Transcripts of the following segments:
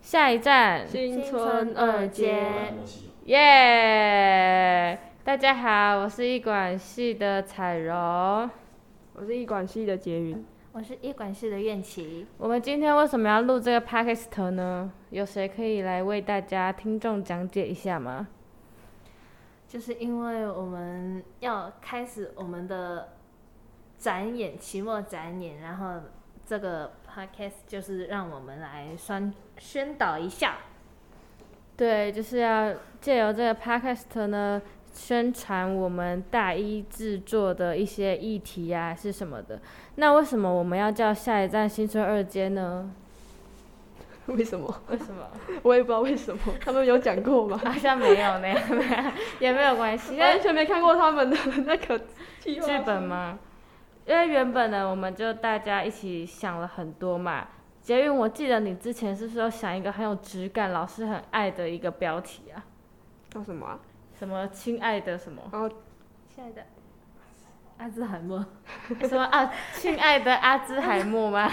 下一站，新村二街，耶！大家好，我是医管系的彩柔。我是一管系的捷云。我是医管系的苑琪，我们今天为什么要录这个 podcast 呢？有谁可以来为大家听众讲解一下吗？就是因为我们要开始我们的展演，期末展演，然后这个 podcast 就是让我们来宣宣导一下，对，就是要借由这个 podcast 呢，宣传我们大一制作的一些议题啊，是什么的。那为什么我们要叫下一站新村二街呢？为什么？为什么？我也不知道为什么，他们有讲过吗？好像没 有呢，也没有关系。因为完全没看过他们的那个计划剧本？吗？因为原本呢，我们就大家一起想了很多嘛。捷运，我记得你之前是不是有想一个很有质感、老师很爱的一个标题啊？叫什么啊？什么“亲爱的”什么然后亲爱的阿兹海默，什么啊？亲爱的阿兹海默吗？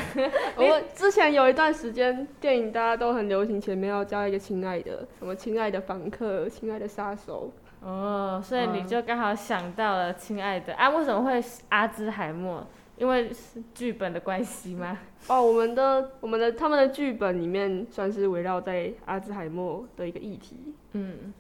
我之前有一段时间，电影大家都很流行，前面要加一个“亲爱的”，什么“亲爱的房客”、“亲爱的杀手哦，所以你就刚好想到了“亲爱的”啊？为什么会是阿兹海默？因为是剧本的关系吗？”。哦，我们的我们的他们的剧本里面算是围绕在阿兹海默的一个议题。嗯，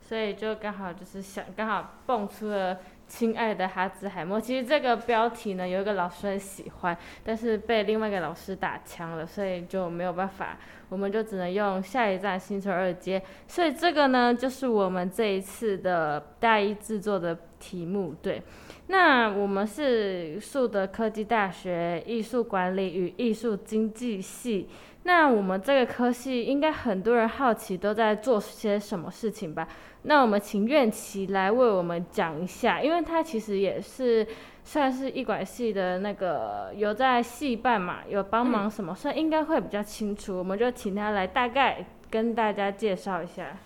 所以就刚好就是想刚好蹦出了《亲爱的哈兹海默》。其实这个标题呢，有一个老师很喜欢，但是被另外一个老师打枪了，所以就没有办法，我们就只能用下一站新村二街。所以这个呢，就是我们这一次的大一制作的题目。对，那我们是树德科技大学艺术管理与艺术经济系。那我们这个科系应该很多人好奇都在做些什么事情吧？那我们请苑琪来为我们讲一下，因为她其实也是算是医管系的那个有在系办嘛，有帮忙什么，所以应该会比较清楚。我们就请她来大概跟大家介绍一下。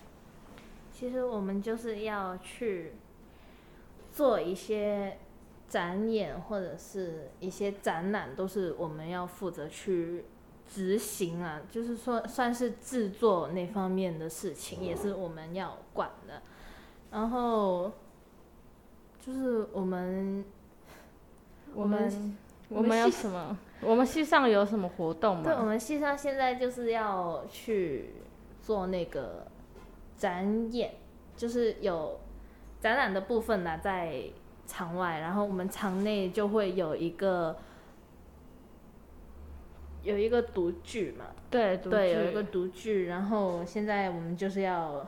其实我们就是要去做一些展演或者是一些展览，都是我们要负责去执行啊，就是说算是制作那方面的事情，也是我们要管的。然后就是我们我们我们有什么？我们系上有什么活动对，我吗？们系上现在就是要去做那个展演，就是有展览的部分呢在场外，然后我们场内就会有一个有一个独剧嘛，对对，有一个个独剧，然后现在我们就是要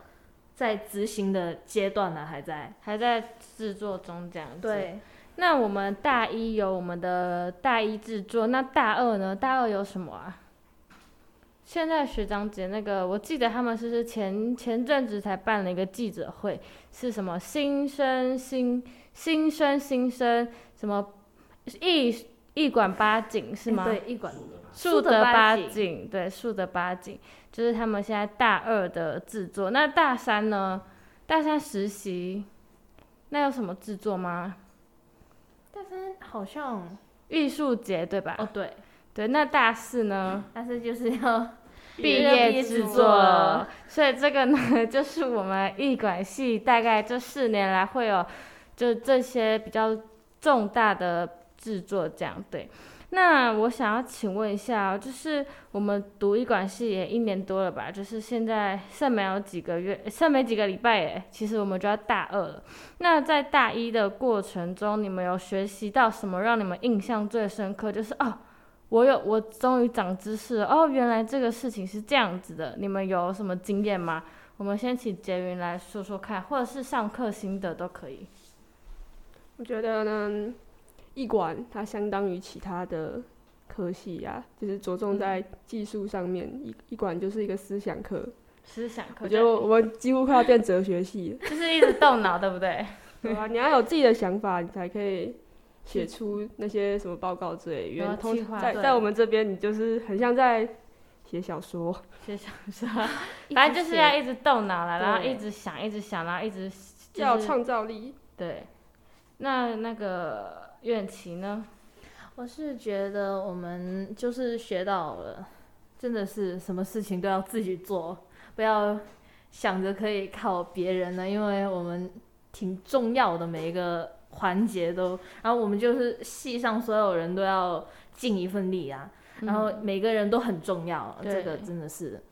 在执行的阶段呢，还在还在制作中这样子。对。那我们大一有我们的大一制作，那大二呢？大二有什么啊？现在学长姐那个，我记得他们是不是前前阵子才办了一个记者会，是什么新生新新生新生什么一一馆八景是吗？哎对，一馆树树德德八八景，对，树德八景，就是他们现在大二的制作。那大三呢？大三实习，那有什么制作吗？但是好像艺术节对吧？哦对，对，那大四呢，但是就是要毕业业制制作作了，所以这个呢， 就是我们艺管系大概这四年来会有，就这些比较重大的制作这样对。那我想要请问一下哦，就是我们读医管系也一年多了吧，就是现在剩没有几个月，剩没几个礼拜耶，其实我们就要大二了。那在大一的过程中，你们有学习到什么让你们印象最深刻？就是哦，我有，我终于长知识了。哦，原来这个事情是这样子的。你们有什么经验吗？我们先请杰云来说说看，或者是上课心得都可以。我觉得呢，艺管它相当于其他的科系啊，就是着重在技术上面。艺艺管就是一个思想课，思想课，，我觉得我我们几乎快要变哲学系 了就是一直动脑，对不对？对啊吧？你要有自己的想法，你才可以写出那些什么报告之类然的。原后通计划在对在我们这边，你就是很像在写小说，就 想说，反正就是要一直动脑了，对然后一直想，一直想，然后一直就是要有创造力。对。那那个苑琪呢？我是觉得我们就是学到了，真的是什么事情都要自己做，不要想着可以靠别人呢，因为我们挺重要的每一个环节都，然后我们就是系上所有人都要尽一份力啊，然后每个人都很重要，对这个真的是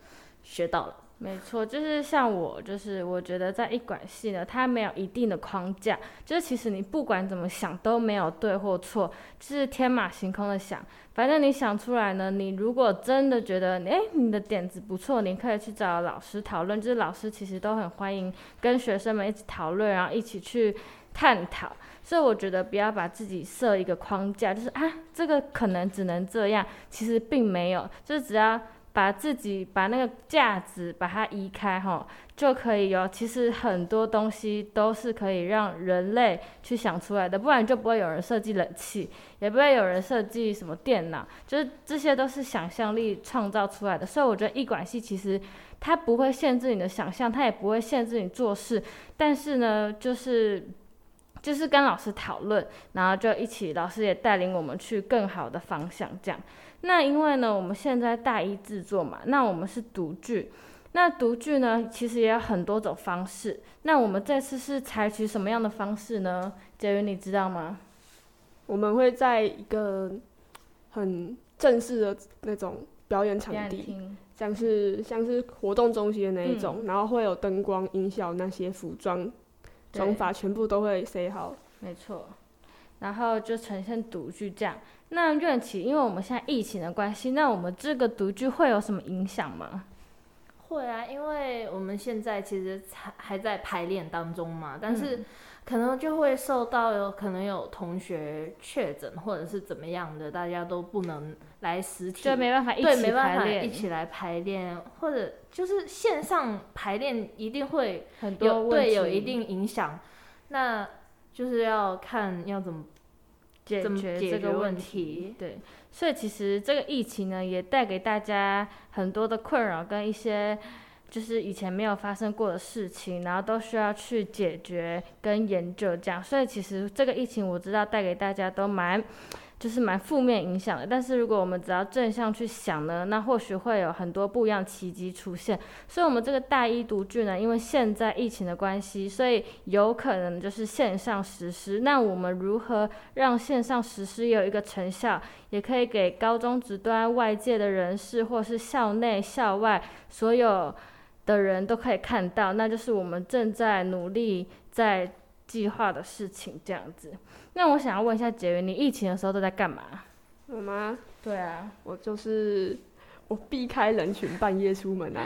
学到了。没错，就是像我，就是我觉得在一管系呢，它没有一定的框架，就是其实你不管怎么想都没有对或错，就是天马行空的想。反正你想出来呢，你如果真的觉得，诶，你的点子不错，你可以去找老师讨论，就是老师其实都很欢迎跟学生们一起讨论，然后一起去探讨。所以我觉得不要把自己设一个框架，就是啊，这个可能只能这样，其实并没有，就是只要把自己把那个架子把它移开哈，就可以有。其实很多东西都是可以让人类去想出来的，不然就不会有人设计冷气，也不会有人设计什么电脑，就是这些都是想象力创造出来的。所以我觉得艺管系其实它不会限制你的想象，它也不会限制你做事，但是呢，就是。就是跟老师讨论，然后就一起，老师也带领我们去更好的方向，这样。那因为呢，我们现在大一制作嘛，那我们是读剧。那读剧呢，其实也有很多种方式。那我们这次是采取什么样的方式呢？杰云，你知道吗？我们会在一个很正式的那种表演场让你地，听。像是像是活动中心的那一种，然后会有灯光、音效那些服装对装法全部都会塞好。没错，然后就呈现独剧这样。那院企，因为我们现在疫情的关系，那我们这个独剧会有什么影响吗？会啊，因为我们现在其实还还在排练当中嘛，但嗯是可能就会受到有可能有同学确诊或者是怎么样的，大家都不能来实体，就没办法一对起没办排法练，一起来排练，或者就是线上排练一定会很多有问题对有一定影响，那就是要看要怎么解怎么决解这决个问问题题。对，所以其实这个疫情呢，也带给大家很多的困扰跟一些就是以前没有发生过的事情，然后都需要去解决跟研究这样。所以其实这个疫情我知道带给大家都蛮。就是蛮负面影响的，但是如果我们只要正向去想呢，那或许会有很多不一样的奇迹出现。所以，我们这个大一读剧呢，因为现在疫情的关系，所以有可能就是线上实施。那我们如何让线上实施有一个成效，也可以给高中职端外界的人士，或是校内校外所有的人都可以看到，那就是我们正在努力在计划的事情这样子。那我想要问一下杰云，你疫情的时候都在干嘛？我妈，对 啊，我就是我避开人群，半夜出门啊，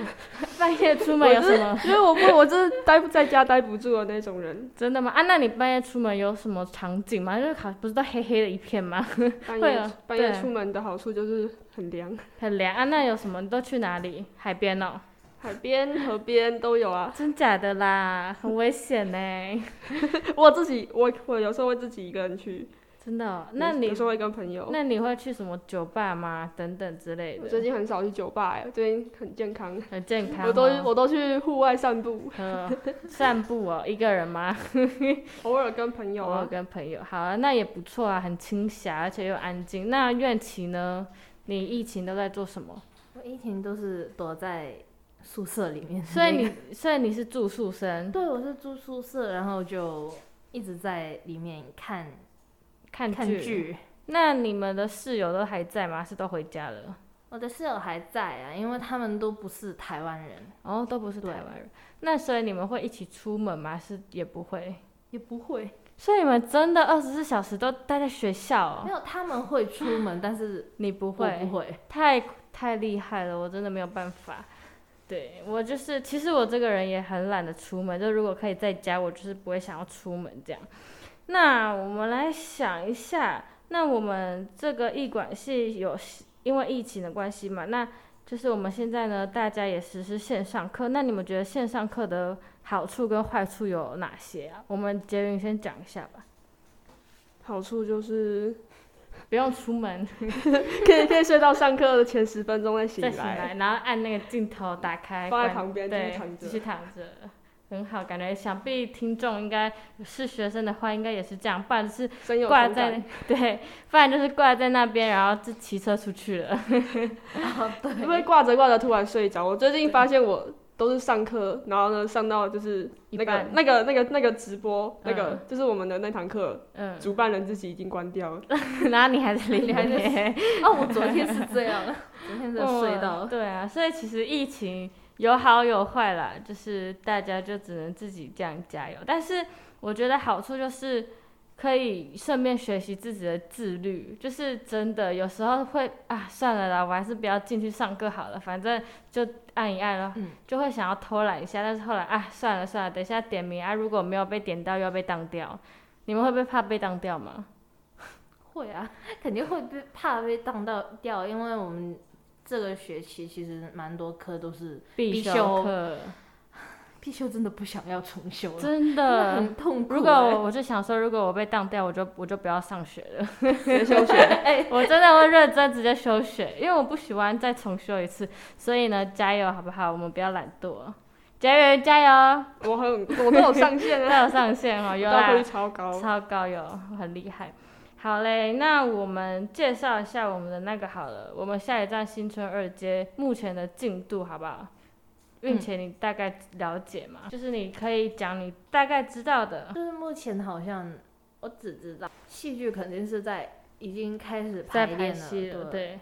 半夜出门有什么？因为我不，我真的待不在家待不住的那种人。真的吗？啊，那你半夜出门有什么场景吗？就是好，不是都黑黑的一片吗？ 半会夜啊半夜对出门的好处就是很凉，很凉啊。那有什么？你都去哪里？海边哦？海边、河边都有啊。真假的啦，很危险欸呢、我自己，我我有时候会自己一个人去，真的哦、那 有你时候会跟朋友。那你会去什么酒吧吗？等等之类我最的，近很少去酒吧、欸，我最近很健康，很健康、哦。我都我都去户外 散步，呃散步哦，一个人吗？偶尔跟朋友偶尔啊。跟朋友，好啊，那也不错啊，很清闲，而且又安静。那院琪呢？你疫情都在做什么？我疫情都是躲在宿舍里面的那个，所以 你，所以你是住宿生，对我是住宿舍，然后就一直在里面看看看剧。那你们的室友都还在吗？是都回家了？我的室友还在啊，因为他们都不是台湾人，哦，都不是台对湾人。那所以你们会一起出门吗？是也不会。也不会所以你们真的二十四小时都待在学校、没哦？有他们会出门，但 是你不我会？不会。太太厉害了，我真的没有办法。对我就是，其实我这个人也很懒得出门，就如果可以在家，我就是不会想要出门这样。那我们来想一下，那我们这个艺馆是有因为疫情的关系嘛？那就是我们现在呢，大家也实施线上课。那你们觉得线上课的好处跟坏处有哪些啊？我们杰云先讲一下吧，好处就是不用出门，可以可以睡到上课的前十分钟再醒再醒来，来，然后按那个镜头打开，放在关旁边继续对躺着继续躺着。很好，感觉想必听众应该是学生的话，应该也是这样，不然就是深有挂同在感。对，不然就是挂在那边，然后就骑车出去了。哦， 会对不，会挂着挂着突然睡着？我最近发现我都是上课，然后呢上到就是一那个半那个那个那个直播，那个嗯就是我们的那堂课，嗯，主办人自己已经关掉了。 然后你还在里你还在面，哦，我昨天是这样， 昨天真的睡到哦。对啊，所以其实疫情有好有坏啦，就是大家就只能自己这样加油。但是我觉得好处就是可以顺便学习自己的自律，就是真的有时候会啊，算了啦，我还是不要进去上课好了，反正就按一按咯，嗯就会想要偷懒一下，但是后来啊，算了算了，等一下点名啊，如果没有被点到又要被当掉，你们会不会怕被当掉吗？会啊，肯定会被怕被当到掉，因为我们这个学期其实蛮多科都是必修修课，必修，真的不想要重修了，真真的的很痛苦欸、如果我就想说，如果我被当掉，我就我就不要上学了。直接休学，哎我真的会认真直接休学，因为我不喜欢再重修一次。所以呢，加油好不好？我们不要懒惰，加油加油！我很我都有上线都啊，有上限 哦， 有我倒啦过率，超高。超高有，很厉害。好嘞，那我们介绍一下我们的那个好了，我们下一站新村二街目前的进度好不好？嗯运且你大概了解吗？就是你可以讲你大概知道的，就是目前好像我只知道戏剧肯定是在已经开始排在排练戏了，对。对。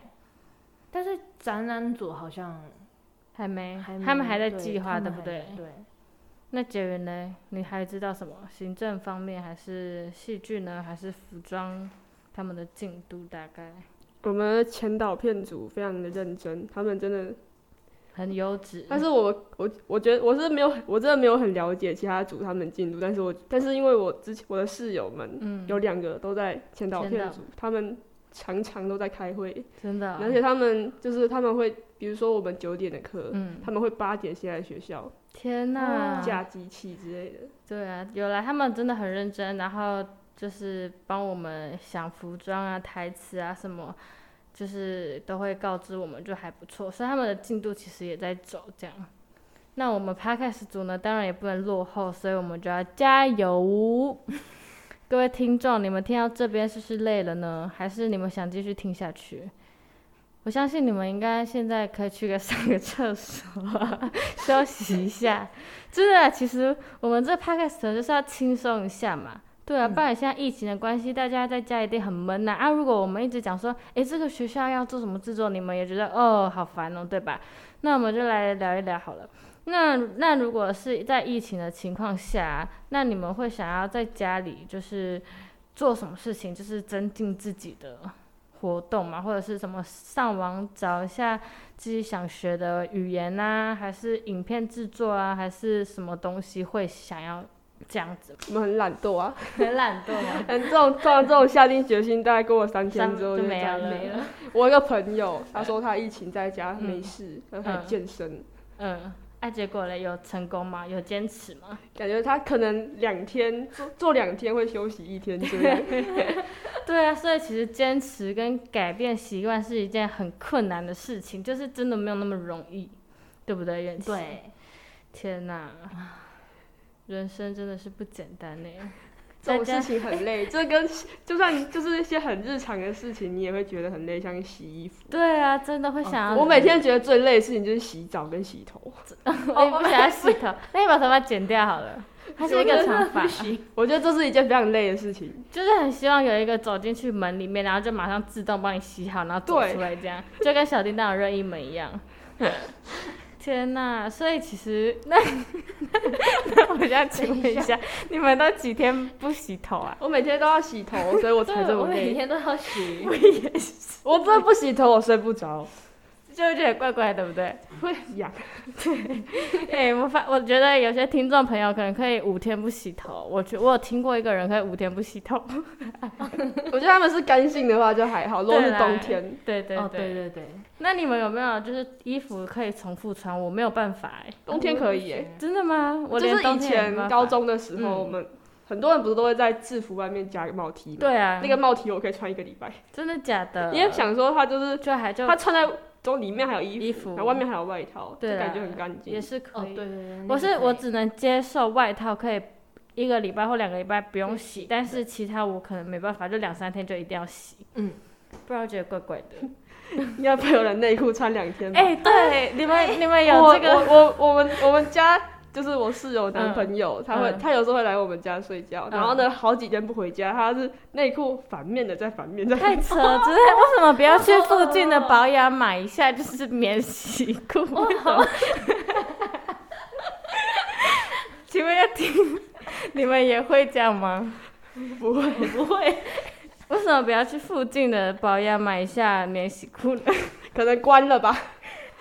但是展览组好像还没，还没哎他们还在对计划，他对们不还对？对， 那杰云呢？你还知道什么？行政方面，还是戏剧呢？还是服装？他们的进度大概我们的前导片组非常的认真，他们真的，很优质，但是我我我觉得我是没有，我真的没有很了解其他组他们进度，但是我但是因为我之前我的室友们嗯，有两个都在前导前片导组，他们常常都在开会，真的哦、而且他们就是他们会，比如说我们九点的课，嗯，啊他们会八点先来学校天哪，架机器之类的。对啊，有啦，他们真的很认真，然后就是帮我们想服装啊、台词啊什么，就是都会告知我们，就还不错，所以他们的进度其实也在走这样。那我们 podcast 组呢，当然也不能落后，所以我们就要加油。 各位听众，你们听到这边是不是累了呢？还是你们想继续听下去？我相信你们应该现在可以去个 上个厕所啊、休息一下。真的啊，其实我们这 podcast 就是要轻松一下嘛。对啊，不然现在疫情的关系，大家在家一定很闷呐、啊。如果我们一直讲说，诶，这个学校要做什么制作，你们也觉得哦，好烦哦，对吧？那我们就来聊一聊好了。那那如果是在疫情的情况下，那你们会想要在家里就是做什么事情，就是增进自己的活动嘛，或者是什么上网找一下自己想学的语言啊，还是影片制作啊，还是什么东西会想要这样子？我们很懒惰啊，很懒惰 啊吗？但这种通常这种下定决心，大概过了三天上之后就会没这有样了，没了。我有一个朋友，他说他疫情在家嗯没事，他开始健身，嗯，哎、结果嘞，有成功吗？有坚持吗？感觉他可能两天做做两天会休息一天这 样。 对啊，所以其实坚持跟改变习惯是一件很困难的事情，就是真的没有那么容易，对不对？元琪，对，天哪，人生真的是不简单呢。这大种家事情 很累，这跟就算就是一些很日常的事情，你也会觉得很累，像洗衣服。对啊，真的会想要，我每天觉得最累的事情就是洗澡跟洗头，哦我也不想要洗头，那你把头发剪掉好了，它是一个长发。我觉得这是一件非常累的事情。就是很希望有一个走进去门里面，然后就马上自动帮你洗好，然后走对出来，这样就跟小叮当的任意门一 样。天呐！所以其实那那我想请问一下，你们都几天不洗头啊？我每天都要洗 头，所以我才这对，我么每累。天都要洗，我真的不洗头，我睡不着，就有点怪怪，对不对？会痒。哎、我发我觉得有些听众朋友可能可以五天不洗头，我觉我有听过一个人可以五天不洗头。我觉得他们是干性的话就还好，如果对是啦冬天，对对对,、哦，对对对，那你们有没有就是衣服可以重复穿？我没有办法哎、冬天可以耶。真的吗？我就连是以冬天也没前办高法中的时候，嗯我们很多人不是都会在制服外面加个帽 T 吗？对啊，那个帽 T 我可以穿一个礼拜，真的假的？因为想说它就是就还就它穿在都里面还有衣衣服然后外面还有外套，就对啊感觉很干也净。 是可哦，以。对对对，那我个是可我以只能接受外套可以一个礼拜或两个礼拜不用洗，但是其他我可能没办法，就两三天就一定要洗，嗯，不然我觉得怪怪的。应该不会有人内裤穿两天吧？ 哎、 对，你们你们有我这个，我我我们我们家就是我室友男朋友，他会嗯他有时候会来我们家睡觉，嗯然后呢好几天不回家，他是内裤反面的再反面 再反太面，扯了！只是为什么不要去附近的保养买一下，就是免洗裤？为什么请问要听，你们也会这样吗？不会。不会。为什么不要去附近的保养买一下免洗裤呢？可能关了吧，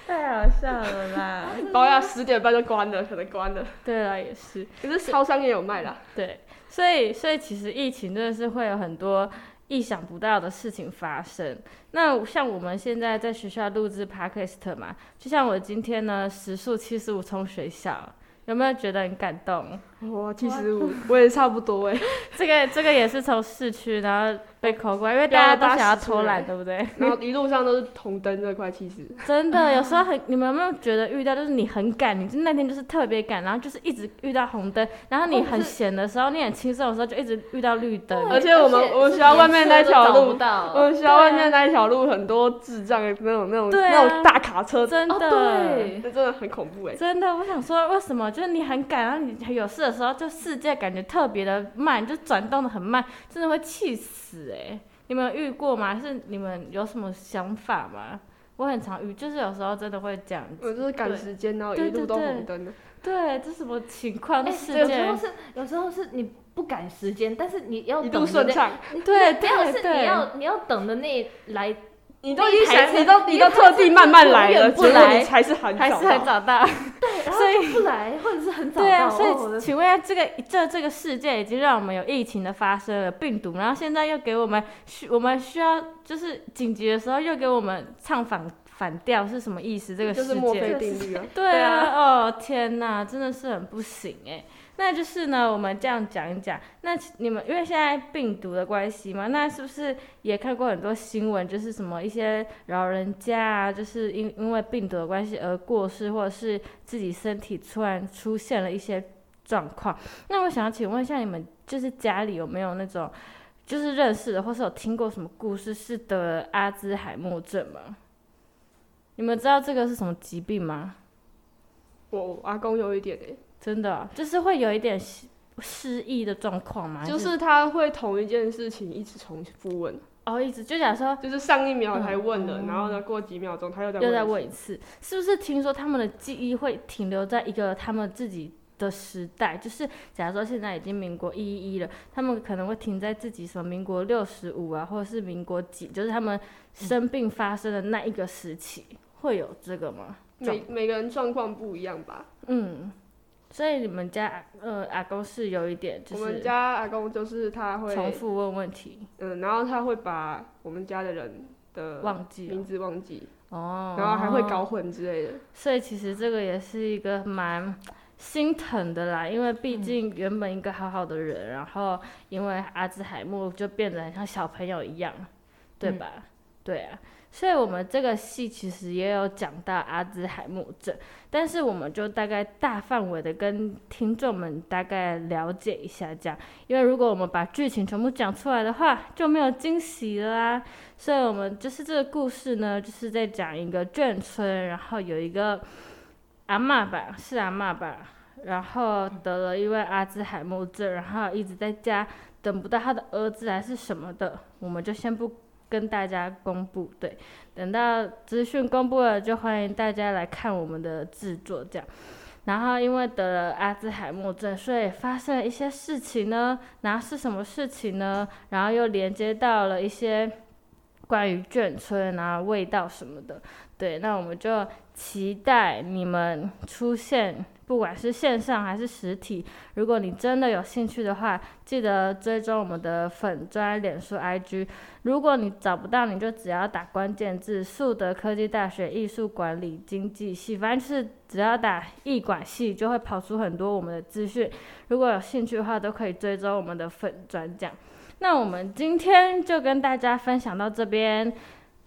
太好笑了啦！保养十点半就关了，可能关了。对了，也是可是超商也有卖啦，对，所以所以其实疫情真的是会有很多意想不到的事情发生。那像我们现在在学校录制 podcast 嘛，就像我今天呢时速七十五从学校，有没有觉得很感动？哇，七十五，我也差不 多哎。这个这个也是从市区然后被扣过来，因为飙大家了都想要80偷懒，出来对不对？然后一路上都是红灯，这快七十。 真的，有时候很，你们有没有觉得遇到就是你很赶，你就那天就是特别赶，然后就是一直遇到红灯，然后你或者很是闲的时候，你很轻松的时候就一直遇到绿灯，而且我们我们学校外面那条路不到，哦我学校外面那一条路很多智障的那种那种对啊那种大卡车，真的、对那真的很恐怖哎。真的，我想说为什么就是你很赶，然后你有事的时候就世界感觉特别的慢，就转动的很慢，真的会气死哎、你们有遇过吗？是你们有什么想法吗？我很常遇，就是有时候真的会这样我子。就是赶时间，然后对一路都对对红灯的。对，这什么情 况？这哎世有时界候是有时候是你不赶时间，但是你要一等路的顺那，畅，对没对有是你对，要你要等的那来你都已经想你都你都特地慢慢来了，永远结不果来你还是很还是很早到。找到。对，然后所以就不来，或者是很早对啊，到，所哦我以的请问一下，这个这这个世界已经让我们有疫情的发生了，病毒，然后现在又给我们需我们需要就是紧急的时候又给我们唱反反调，是什么意思？这个就世是墨界菲定律啊，对啊，哦天哪，真的是很不行哎。那就是呢，我们这样讲一讲，那其你们因为现在病毒的关系嘛，那是不是也看过很多新闻，就是什么一些老人家啊，就是因因为病毒的关系而过世，或者是自己身体突然出现了一些状况？那我想请问一下，你们就是家里有没有那种就是认识的，或是有听过什么故事是得了阿兹海默症吗？你们知道这个是什么疾病吗？我我阿公有一点哎、真的啊、就是会有一点失失忆的状况嘛，就还是他会同一件事情一直重复问，哦，一直就假说就是上一秒才问了，然后呢过几秒钟他又在又再问问一一次，次，是不是听说他们的记忆会停留在一个他们自己的时代？就是假如说现在已经民国一一一了，他们可能会停在自己什么民国六十五啊，或者是民国几，就是他们生病发生的那一个时期，会有这个吗？每每个人状况不一样吧。嗯，所以你们家呃阿公是有一点就我们是家阿公就是他会重复问问题，嗯，然后他会把我们家的人的忘记了名字忘记，哦，然后还会搞混之类的。所以其实这个也是一个蛮心疼的啦，因为毕竟原本一个好好的人，然后因为阿兹海默就变得很像小朋友一样，对吧？对啊，所以我们这个戏其实也有讲到阿兹海默症，但是我们就大概大范围的跟听众们大概了解一下，这样，因为如果我们把剧情全部讲出来的话，就没有惊喜了啊啦。所以我们就是这个故事呢，就是在讲一个眷村，然后有一个阿嬷吧，是阿嬷吧，然后得了因为阿兹海默症，然后一直在家等不到他的儿子还是什么的，我们就先不跟大家公布，对，等到资讯公布了，就欢迎大家来看我们的制作这样。然后因为得了阿兹海默症，所以发生了一些事情呢。然后是什么事情呢？然后又连接到了一些关于眷村啊、味道什么的。对，那我们就期待你们出现，不管是线上还是实体。如果你真的有兴趣的话，记得追踪我们的粉专、脸书、IG。如果你找不到，你就只要打关键字“树德科技大学艺术管理经济系”，反正就是只要打艺管系，就会跑出很多我们的资讯。如果有兴趣的话，都可以追踪我们的粉专这样。那我们今天就跟大家分享到这边，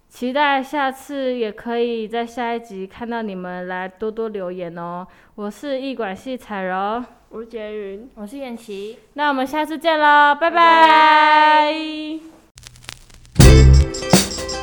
期待下次也可以在下一集看到你们来多多留言哦。我是艺管系彩柔，我是杰云，我是远琪。那我们下次见喽，拜拜拜